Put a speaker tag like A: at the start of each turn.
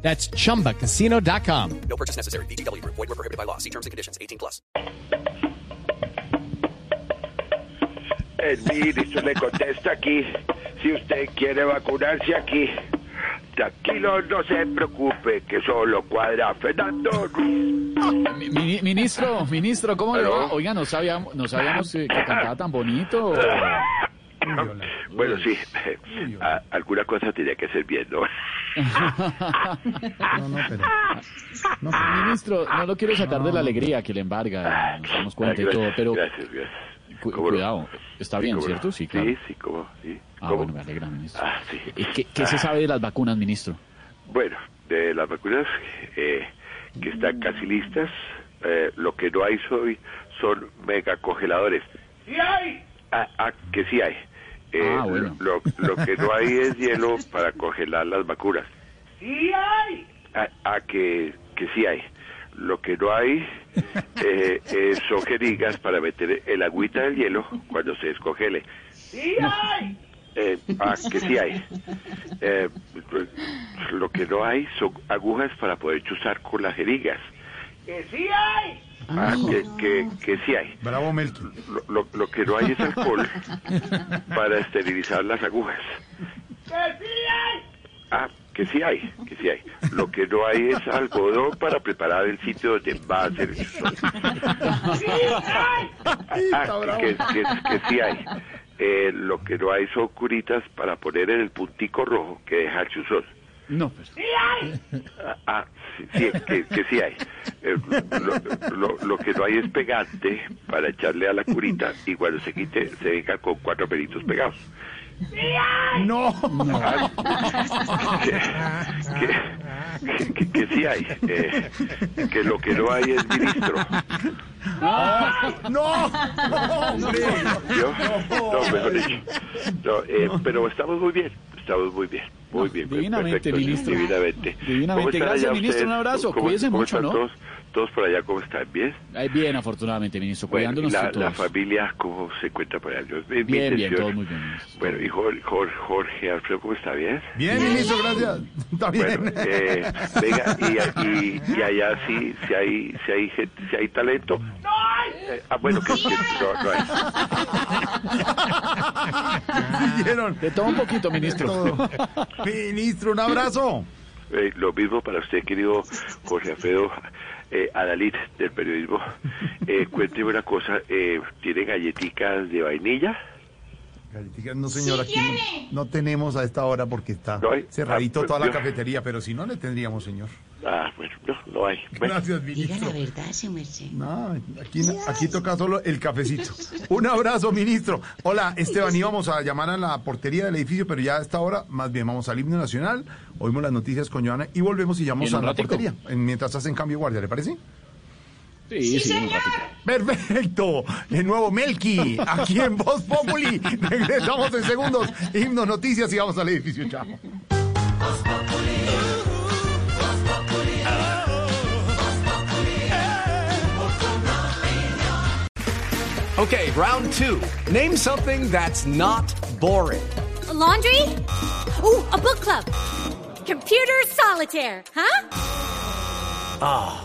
A: That's chumbacasino.com.
B: No purchase necessary. BGW. Void were prohibited by law. See terms and conditions. 18 plus.
C: El ministro le contesta aquí, si usted quiere vacunarse aquí, tranquilo, no se preocupe, que solo cuadra Fernando Ruiz.
D: Mini- ministro, ministro, ¿cómo le va?
C: Aló.
D: Oiga, no sabíamos, no sabíamos eh, que cantaba tan bonito.
C: Bueno, sí, a- alguna cosa tenía que ser bien, ¿no?
E: No, no, pero. No,
D: Ministro, no lo quiero sacar de la alegría que le embarga, eh, nos damos cuenta y
C: Gracias,
D: todo, pero
C: Gracias, gracias.
D: cu-
C: ¿Cómo no?
D: cuidado, está bien,
C: ¿Cómo no?
D: ¿cierto? Sí, claro.
C: Sí, sí, cómo, sí.
D: Ah,
C: ¿cómo?
D: bueno, me alegra, ministro.
C: Ah, sí.
D: Eh, ¿Qué, qué se sabe de las vacunas, ministro?
C: Bueno, de las vacunas eh, que están casi listas, eh, lo que no hay hoy son megacongeladores. ¡Sí hay! Ah, ah, que sí hay. Eh,
D: Ah, bueno.
C: lo, lo que no hay es hielo para congelar las vacunas.
F: ¡Sí hay!
C: Ah, ah, que, que sí hay. Lo que no hay eh, eh, son jeringas para meter el agüita del hielo cuando se descongele.
F: ¡Sí hay!
C: Eh, ah, que sí hay. Eh, lo que no hay son agujas para poder chuzar con las jeringas.
F: ¡Que sí hay!
C: Ah, que, que, que sí hay.
E: Bravo, Melkin.
C: Lo, lo- lo que no hay es alcohol para esterilizar las agujas.
F: ¡Que sí hay!
C: Ah, que sí hay, que sí hay. Lo que no hay es algodón para preparar el sitio donde va a ser el chuzón.
F: ¡Sí hay!
C: Ah, que, que, que sí hay. Eh, lo que no hay son curitas para poner en el puntico rojo que deja el chuzón.
D: No, pero...
F: ¡Sí hay!
C: Ah, sí, sí, que, que sí hay. Eh, lo, lo- lo que no hay es pegante para echarle a la curita y cuando se quite se deja con cuatro pelitos pegados.
F: ¡Sí hay!
E: No.
C: Que, que- que- que sí hay. eh, que lo que no hay es ministro.
E: No. Hombre.
C: ¿vio? No, mejor dicho. No, eh, pero estamos muy bien, estamos muy bien. Muy bien,
D: Ah, Divinamente,
C: perfecto, sí,
D: ministro.
C: Divinamente.
D: Divinamente.
C: ¿Cómo están
D: Gracias,
C: allá
D: ministro,
C: ustedes?
D: un abrazo,
C: ¿Cómo-
D: cuídese
C: cómo
D: mucho,
C: están
D: ¿no?
C: Todos, todos por allá, ¿cómo están? ¿Bien?
D: Ay, Eh, bien, afortunadamente, ministro,
C: Bueno,
D: cuidándonos
C: la,
D: de
C: la
D: todos.
C: familia, ¿cómo se encuentra por allá? Yo- mi- mi
D: Bien, bien,
C: intención-
D: todo muy bien, ministro.
C: Bueno, y Jorge, Jorge, Jorge Alfredo, ¿cómo está bien?
E: Bien, ministro, gracias. Está bien.
C: Bueno, eh, venga, y, y- y allá sí, si hay, si hay, gente- si hay talento.
F: ¡No hay!
C: Eh, ah, bueno, que, que no, no hay.
E: Dijeron
D: De todo un poquito, ministro.
E: todo. Ministro, un abrazo.
C: Eh, lo mismo para usted, querido Jorge Alfredo eh, Adalid del periodismo. Eh, cuénteme una cosa, eh, ¿tiene galletitas de vainilla?
E: Galletitas, No, señor, aquí no, no tenemos a esta hora porque está
C: No hay.
E: cerradito
C: Ah,
E: toda la
C: yo-
E: cafetería, pero si no le tendríamos, señor.
C: Ah, bueno, no, no hay. Bueno,
E: Gracias,
G: Diga
E: ministro.
G: la verdad, su merced.
E: No, aquí, aquí toca solo el cafecito. Un abrazo, ministro. Hola, Esteban, íbamos a llamar a la portería del edificio, pero ya a esta hora, más bien, vamos al himno nacional, oímos las noticias con Joana y volvemos y llamamos
D: En
E: a
D: un
E: la
D: ratico.
E: portería en- mientras hacen cambio de guardia, ¿le parece?
D: Sí, sí, un ratito.
E: Perfecto. De nuevo, Melqui, aquí en Voz Populi. Regresamos en segundos. Himno, noticias y vamos al edificio, chao.
H: Okay, round two. Name something that's not boring.
I: A laundry? Ooh, a book club. Computer solitaire, huh?